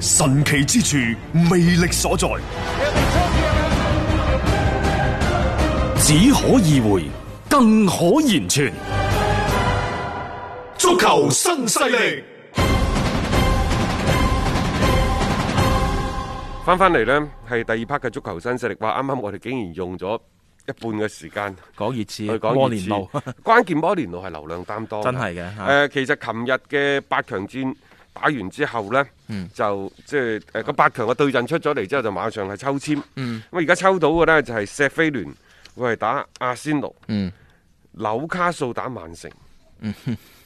神奇之處，魅力所在，只可意會，更可言傳。足球新勢力。翻翻嚟呢，係第二 part 嘅足球新勢力。話啱啱我哋竟然用咗一半嘅時間講熱刺去講摩熱刺連奴 關鍵摩連奴係流量擔當，啊真係嘅啊誒、嚇其實琴日嘅八強戰打完之後呢，嗯就即係誒個八強嘅對陣出咗嚟之後，就馬上係抽籤。嗯咁而家抽到嘅呢，就係石飛聯會係打阿仙奴，嗯紐卡素打曼城，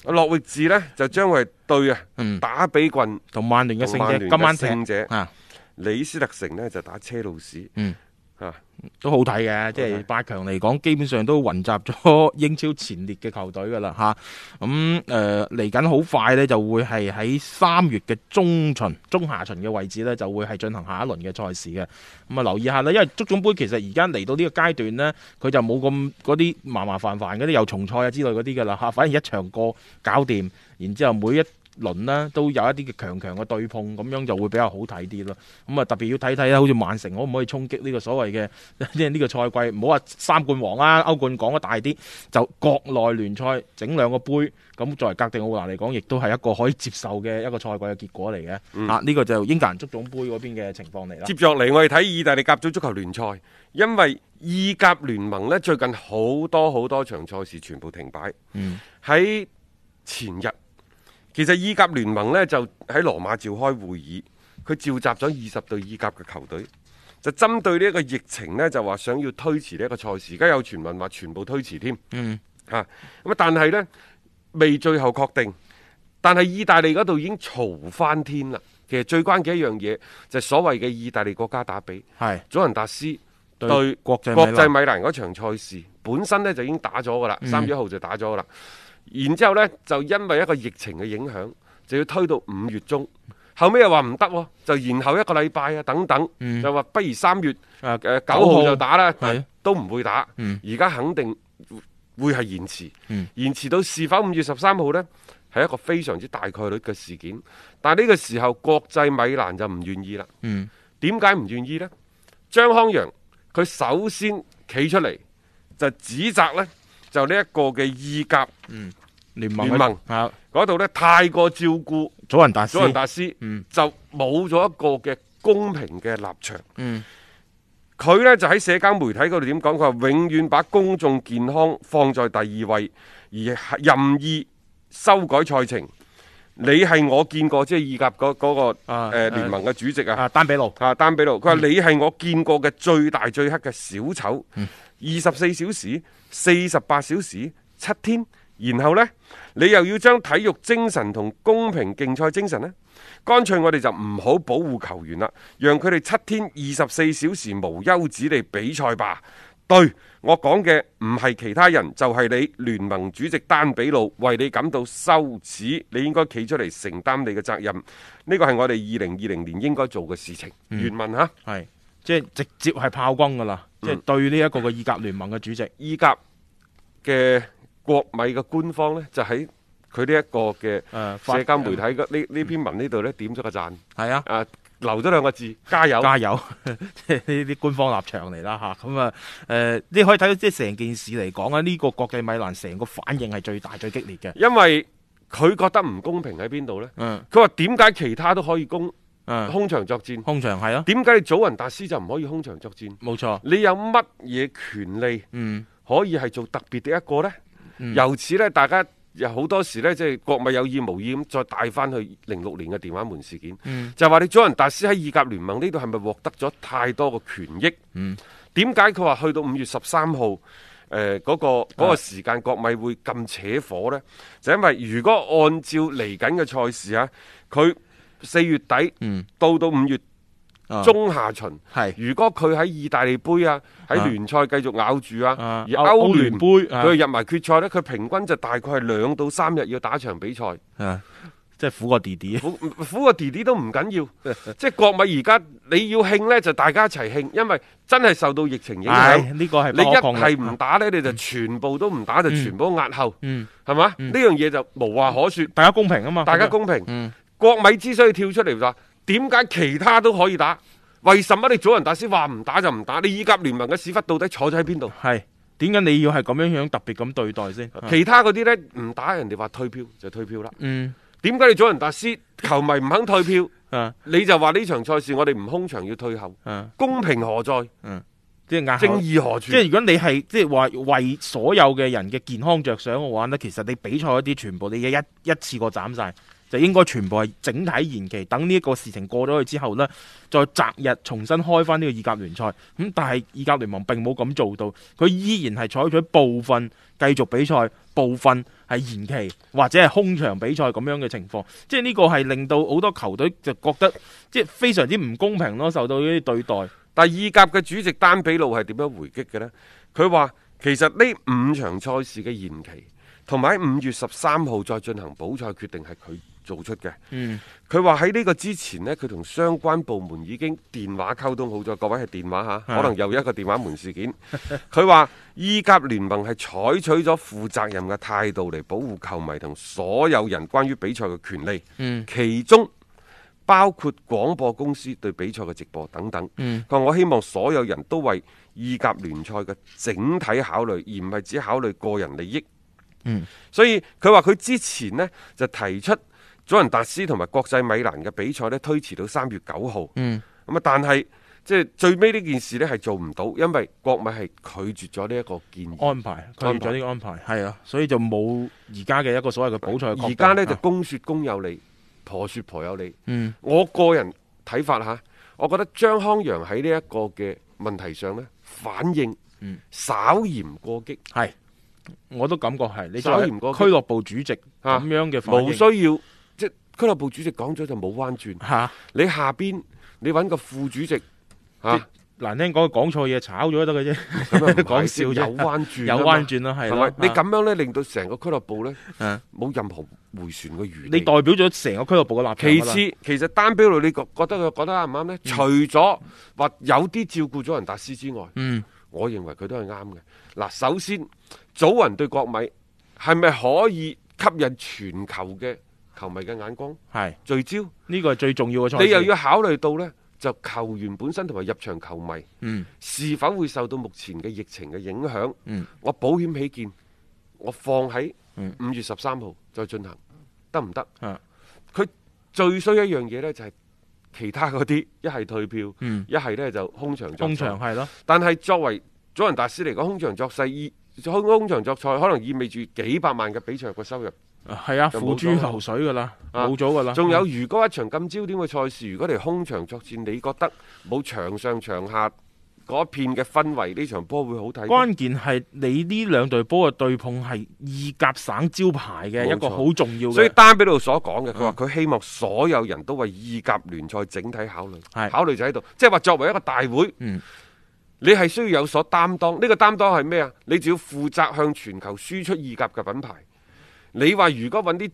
諾域治呢，就將會係對啊嗯打比郡。同曼聯嘅同勝曼者，聯嘅今晚勝踢者啊李斯特城呢，就打車路士，嗯啊都好睇嘅，即係八強嚟講，基本上都雲集咗英超前列嘅球隊噶啦吓。咁誒嚟緊好快呢，就會係喺三月嘅中旬、中下旬嘅位置呢，就會係進行下一輪嘅賽事嘅。咁啊留意下啦，因為足總杯其實而家嚟到呢個階段呢，佢就冇咁嗰啲麻麻煩煩嗰啲又重賽啊之類嗰啲噶啦嚇，反而一場過搞掂，然之後每一輪啦都有一啲嘅強強嘅對碰，咁樣就會比較好睇啲咯。咁啊特別要睇睇啦，好似曼城可唔可以衝擊呢個所謂嘅 即係呢個賽季，唔好話三冠王啦，歐冠講得大啲，就國內聯賽整兩個杯，咁作為格迪奧拿嚟講，亦都係一個可以接受嘅一個賽季嘅結果嚟嘅。啊，呢、個就英格蘭足總杯嗰邊嘅情況嚟啦接。落嚟我哋睇意大利甲組足球聯賽，因為意甲聯盟呢，最近好多好多場賽事全部停擺。喺、前日，其實意甲聯盟呢，就喺羅馬召開會議，佢召集咗二十隊意甲嘅球隊，就針對呢一個疫情呢，就話想要推遲呢一個賽事。而家有傳聞話全部推遲添。嗯，嚇咁啊！但係呢，未最後確定。但係意大利嗰度已經嘈翻天啦。其實最關鍵一樣嘢就係所謂嘅意大利國家打比，係祖雲達斯對對國際米蘭國際米蘭嗰場賽事，本身呢就已經打咗噶嗯啦，三月一號就打咗噶啦。然之後呢，就因為一個疫情嘅影響，就要推到五月中。後尾又話唔得喎，就延後一個禮拜啊，等等，嗯就話不如三月啊誒呃九號就打啦係，都唔會打。而家肯定會係延遲，延遲到是否五月十三號呢？係一個非常之大概率嘅事件。但係呢個時候，國際米蘭就唔願意啦。嗯點解唔願意呢？張康陽佢首先企出嚟就指責呢，就呢一個嘅意甲聯盟聯盟啊，嗰度呢，太過照顧祖雲達斯祖雲達斯，就冇咗一個嘅公平嘅立場。嗯佢呢就喺社交媒體嗰度點講？佢話永遠把公眾健康放在第二位，而任意修改賽程。你係我見過，即係意甲嗰嗰個誒啊啊聯盟嘅主席啊，丹比路啊，丹比路，佢話你係我見過嘅最大最黑嘅小丑，嗯二十四小時、四十八小時、七天，然後呢，你又要將體育精神同公平競賽精神呢，乾脆我哋就唔好保護球員啦，讓佢哋七天二十四小時無休止地比賽吧。對我講嘅唔係其他人，就係、你聯盟主席丹比路，為你感到羞恥，你應該企出嚟承擔你嘅責任。呢個係我哋二零二零年應該做嘅事情。原文嚇，係即係直接係炮轟噶啦，嗯即係對呢一個嘅意甲聯盟嘅 主席意甲嘅國米嘅官方呢，就喺佢呢一個嘅誒啊發社交媒體嘅呢呢篇文呢度呢，點咗個讚，係啊。啊留咗兩個字，加油！加油！ 即係呢啲官方立場嚟啦吓，咁啊誒，你可以睇到即係成件事嚟講啊，呢、個國際米蘭成個反應係最大最激烈嘅。因為佢覺得唔公平喺邊度呢？嗯，佢話點解其他都可以公，嗯空場作戰。空場係咯，啊點解你祖雲達斯就唔可以空場作戰？冇錯，你有乜嘢權利嗯可以係做特別的一個呢？嗯由此呢，大家有好多時呢，即係國米有意無意咁再帶翻去零六年嘅電話門事件，嗯就話你祖雲達斯喺意甲聯盟呢度係咪獲得咗太多嘅權益？嗯點解佢話去到五月十三號？呃誒嗰、個啊嗰、個時間，國米會咁扯火呢？就因為如果按照嚟緊嘅賽事啊，佢四月底嗯，到到五月啊中下旬，係如果佢喺意大利杯啊，喺啊聯賽繼續咬住啊啊，而歐聯聯杯杯啊佢入埋決賽呢，佢平均就大概係兩到三日要打場比賽，啊，即係苦過弟弟，苦苦個弟弟都唔緊 要，即係國米而家你要慶呢，就大家一齊慶，因為真係受到疫情影唉響。呢個係你一不可抗力係唔打呢，你就全部都唔打，就全部押後，嗯，係嘛？呢樣嘢就無話可説，大家公平啊嘛，大家公平。嗯國米之所以跳出嚟話，點解其他都可以打？為什麼你祖雲達斯話唔打就唔打？你意甲聯盟嘅屎忽到底坐咗喺邊度？係點解你要係咁樣樣特別咁對待先？啊其他嗰啲呢，唔打，人哋話退票就退票啦。嗯點解你祖雲達斯球迷唔肯退票？啊你就話呢場賽事我哋唔空場要退後，啊，公平何在？即係硬正義何處啊即？係如果你係即係話為所有嘅人嘅健康着想嘅話呢其實你比賽一啲全部你一一次過斬晒，就應該全部係整體延期，等呢一個事情過咗去之後呢，再擇日重新開翻呢個意甲聯賽。咁但係意甲聯盟並冇咁做到，佢依然係採取部分繼續比賽，部分係延期或者係空場比賽咁樣嘅情況。即係呢個係令到好多球隊就覺得即係非常之唔公平咯，受到呢啲對待。但係意甲嘅主席丹比路係點樣回擊嘅呢？佢話其實呢五場賽事嘅延期，同埋喺五月十三號再進行補賽決定係佢做出嘅。嗯，佢話喺呢個之前呢，佢同相關部門已經電話溝通好咗，各位係電話嚇，可能又一個電話門事件。 佢話意甲聯盟係採取咗負責任嘅態度嚟保護球迷同所有人關於比賽嘅權利，嗯其中包括廣播公司對比賽嘅直播等等。嗯佢話我希望所有人都為意甲聯賽嘅整體考慮，而唔係只考慮個人利益。嗯，所以佢話佢之前呢就提出祖雲達斯同埋國際米蘭嘅比賽呢推遲到三月九號。嗯，咁啊，但係即係最尾呢件事呢係做唔到，因為國米係拒絕咗呢一個建議。安排，佢做咗呢個安排，係啊，所以就冇而家嘅一個所謂嘅補賽嘅確定而家呢就啊公説公有理，婆説婆有理。嗯我個人睇法嚇，我覺得張康陽喺呢一個嘅問題上呢，反應嗯稍嫌過激，係，我都感覺係你稍作為嫌過激俱樂部主席咁啊樣嘅反冇應需要即係俱樂部主席講咗就冇彎轉。嚇你下邊你揾個副主席嚇，難聽講講錯嘢炒咗得嘅啫，咁啊唔係 講笑啫有彎轉有啊嘛彎轉啦，係係啦咪？你啊咁樣呢，令到成個俱樂部呢，啊冇任何回旋嘅餘你地。代表咗成個俱樂部嘅立其場㗎啦嗯次，其實單標路你覺覺得佢覺得啱唔啱呢？除咗話有啲照顧咗人達斯之外，嗯我認為佢都係啱嘅。嗱，首先，祖雲對國米係咪可以吸引全球嘅球迷嘅眼光係聚焦？呢個係最重要嘅賽事，你又要考慮到呢，就球員本身同埋入場球迷嗯是否會受到目前嘅疫情嘅影響？嗯我保險起見，我放喺嗯五月十三號再進行，得唔得？啊佢最衰一樣嘢呢，就係、其他嗰啲 一係退票，嗯一係呢就空場作中賽場。係咯，但係作為祖雲達斯嚟講，空場作勢意空空場作賽可能意味住幾百萬嘅比賽嘅收入。係啊，就付冇諸咗啦流水㗎啦，啊冇咗㗎啦，仲有，如果一場咁焦點嘅賽事，如果你空場作戰，你覺得冇場上場下嗰片嘅氛圍，呢場波會好睇咩？關鍵係你呢兩隊波嘅對碰係意甲省招牌嘅一個冇錯好重要嘅，嗯所以丹比路所講嘅，佢話佢希望所有人都為意甲聯賽整體考係慮，考慮就喺度，即係話作為一個大會，嗯你係需要有所擔當。呢、個擔當係咩啊？你就要負責向全球輸出意甲嘅品牌。你話如果揾啲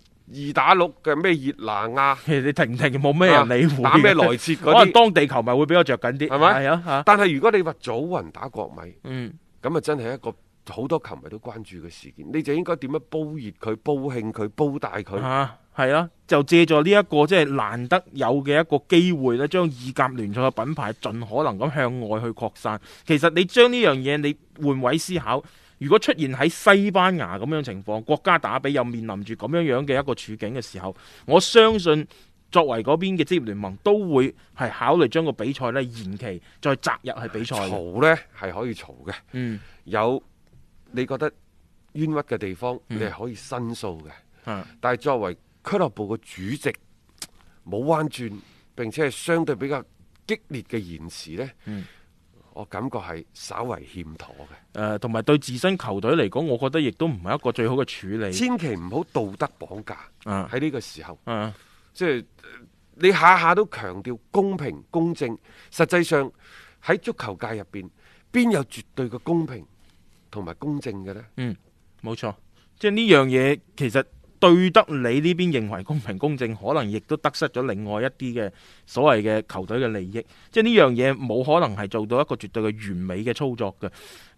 二打六嘅咩熱拿啊亞，其實你停唔停冇咩人理會嘅，啊打咩來切可嗰能啲，當地球迷會比較着緊啲，係咪係啊嚇，但係如果你話祖雲打國米。嗯咁啊，真係一個好多球迷都關注嘅事件。你就應該點樣煲熱佢、煲興佢、煲大佢。嚇係啊，就借助呢一個即係難得有嘅一個機會咧，將意甲聯賽嘅品牌盡可能咁向外去擴散。其實你將呢樣嘢你換位思考。如果出現喺西班牙咁樣情況，國家打比又面臨住咁樣樣嘅一個處境嘅時候，我相信作為嗰邊嘅職業聯盟都會係考慮將個比賽咧延期，再擇日係比賽嘅。嘈呢係可以嘈嘅，嗯，有你覺得冤屈嘅地方，嗯你係可以申訴嘅。係但係作為俱樂部嘅主席，冇彎轉，並且係相對比較激烈嘅言辭呢，嗯我感覺係稍為欠妥嘅。誒，呃同埋、對自身球隊嚟講，我覺得亦都唔係一個最好嘅處理。千祈唔好道德綁架啊喺呢個時候，啊，即係呃你下下都強調公平公正，實際上喺足球界入邊，邊有絕對嘅公平同埋公正嘅呢？嗯，冇錯，即係呢樣嘢其實對得你呢邊認為公平公正，可能亦都得失咗另外一啲嘅所謂嘅球隊嘅利益。即係呢樣嘢冇可能係做到一個絕對嘅完美嘅操作嘅。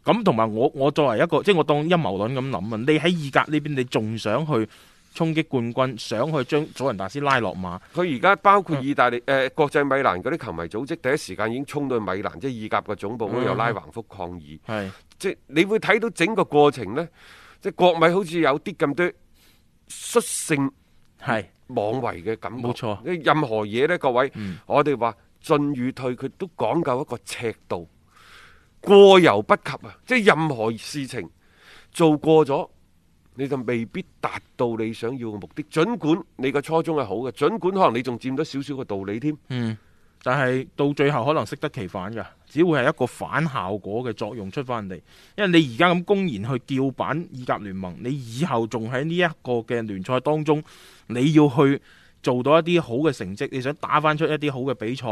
咁同埋我我作為一個即係我當陰謀論咁諗啊，你喺意甲呢邊你仲想去衝擊冠軍，想去將祖雲達斯拉落馬，佢而家包嗯括意大利誒、呃、國際米蘭嗰啲球迷組織，第一時間已經衝到去米蘭，即係意甲嘅總部嗰度嗯有拉橫幅抗議。係即係你會睇到整個過程呢，即係國米好似有啲咁多率性係妄為嘅感覺。冇錯因為任何嘢呢，各位，我哋話進與退，佢都講究一個尺度，過猶不及啊！即係任何事情做過咗。你就未必達到你想要嘅目的，儘管你嘅初衷係好嘅，儘管可能你仲佔咗少少嘅道理添。嗯，但係到最後可能適得其反㗎，只會係一個反效果嘅作用出翻嚟。因為你而家咁公然去叫板意甲聯盟，你以後仲喺呢一個嘅聯賽當中，你要去做到一啲好嘅成績，你想打翻出一啲好嘅比賽，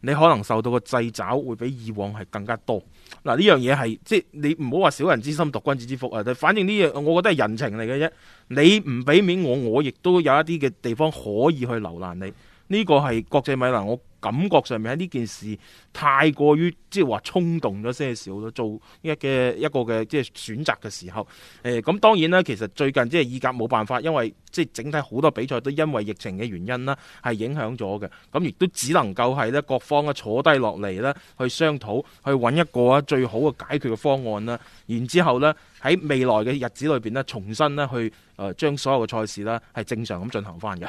你可能受到個掣肘會比以往係更加多。嗱呢樣嘢係即係你唔好話小人之心度君子之腹啊！但反正呢樣我覺得係人情嚟嘅啫。你唔俾面我，我亦都有一啲嘅地方可以去留難你。呢個係國際米蘭，我感覺上面喺呢件事太過於即係話衝動咗些少咯，做一嘅一個嘅即係選擇嘅時候，誒、咁當然啦，其實最近即係意甲冇辦法，因為即係整體好多比賽都因為疫情嘅原因啦，係影響咗嘅，咁亦都只能夠係咧各方咧坐低落嚟咧去商討，去揾一個啊最好嘅解決嘅方案啦，然之後咧喺未來嘅日子裏邊咧重新咧去誒將所有嘅賽事啦係正常咁進行翻嘅。